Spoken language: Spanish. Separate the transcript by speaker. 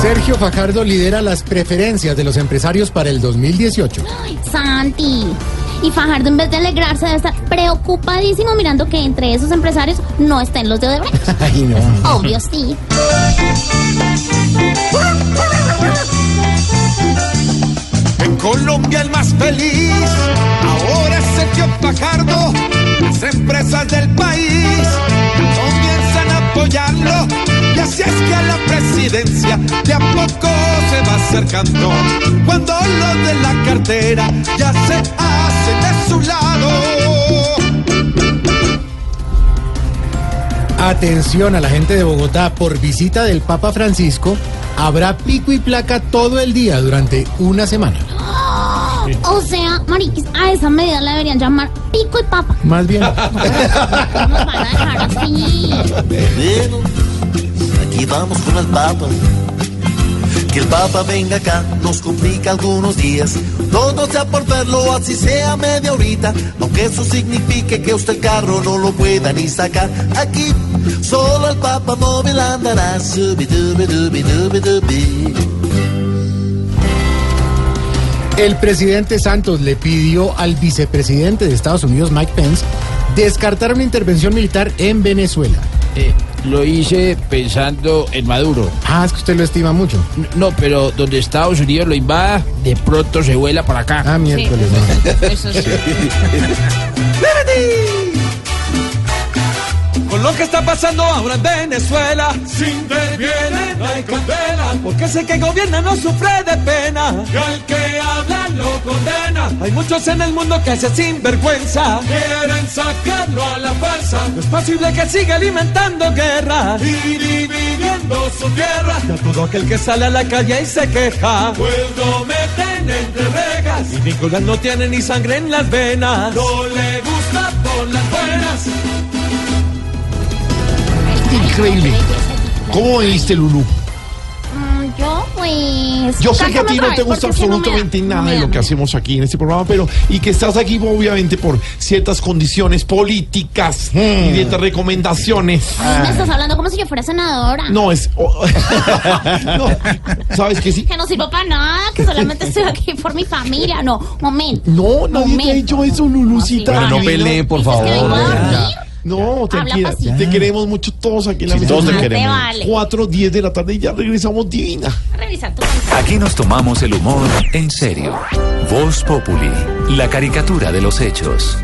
Speaker 1: Sergio Fajardo lidera las preferencias de los empresarios para el 2018.
Speaker 2: Santi. Y Fajardo, en vez de alegrarse, debe estar preocupadísimo mirando que entre esos empresarios no estén los de Odebrecht.
Speaker 1: Ay, no.
Speaker 2: Obvio, sí.
Speaker 3: En Colombia el más feliz, ahora es Sergio Fajardo. Las empresas del país comienzan a apoyarlo. Y así es que a la presidencia de a poco se va acercando. Cuando los de la cartera ya se hacen de su lado.
Speaker 1: Atención a la gente de Bogotá, por visita del Papa Francisco, habrá pico y placa todo el día durante una semana.
Speaker 2: O sea, Mariquis, a esa medida la deberían llamar pico y papa.
Speaker 1: Más bien.
Speaker 2: No nos van a dejar así.
Speaker 4: Bueno, aquí vamos con el Papa. Que el Papa venga acá nos complica algunos días. Todo sea por verlo, así sea media horita. Aunque eso signifique que usted el carro no lo pueda ni sacar. Aquí solo el Papa móvil andará. Subidubidubidubidubi.
Speaker 1: El presidente Santos le pidió al vicepresidente de Estados Unidos, Mike Pence, descartar una intervención militar en Venezuela.
Speaker 5: Eh, lo hice pensando en Maduro.
Speaker 1: Ah, es que usted lo estima mucho.
Speaker 5: N- No, pero donde Estados Unidos lo invada, de pronto se vuela para acá.
Speaker 1: Ah, miércoles. no.
Speaker 6: Eso sí.
Speaker 3: Con lo que está pasando ahora en Venezuela, si interviene no hay condena, porque ese que gobierna no sufre de pena, y al que habla lo condena. Hay muchos en el mundo que se sinvergüenza, quieren sacarlo a la fuerza. No es posible que siga alimentando guerra y dividiendo su tierra. Y a todo aquel que sale a la calle y se queja, pues lo meten entre rejas. Y Nicolás no tiene ni sangre en las venas, no le gusta por las buenas.
Speaker 2: Increíble.
Speaker 7: ¿Cómo oíste, Lulu?
Speaker 2: Mm, Yo, pues.
Speaker 7: Yo sé que a ti no
Speaker 2: cántame
Speaker 7: te gusta
Speaker 2: otra vez, porque es no me da-
Speaker 7: absolutamente
Speaker 2: no
Speaker 7: nada
Speaker 2: me
Speaker 7: de
Speaker 2: da
Speaker 7: lo que
Speaker 2: miedo.
Speaker 7: hacemos aquí en este programa, pero y que estás aquí obviamente por ciertas condiciones políticas y ciertas recomendaciones.
Speaker 2: Ay, Me estás hablando como si yo fuera senadora.
Speaker 7: No es. oh, no, ¿Sabes qué sí?
Speaker 2: Que no sirvo para nada, que solamente estoy aquí por mi familia. No, momento.
Speaker 7: No, nadie te ha
Speaker 2: Momento.
Speaker 7: dicho eso, Lulucita.
Speaker 2: Bueno, no
Speaker 7: peleen,
Speaker 2: por favor. Que vengo a dormir.
Speaker 7: No, tranquila.
Speaker 2: pasito.
Speaker 7: Te queremos mucho todos aquí en la mesa.
Speaker 2: todos te Ah, te queremos. vale.
Speaker 7: 4, 10 de la tarde y ya regresamos divina.
Speaker 2: Revisar tu
Speaker 8: Aquí nos tomamos el humor en serio. Voz Populi, la caricatura de los hechos.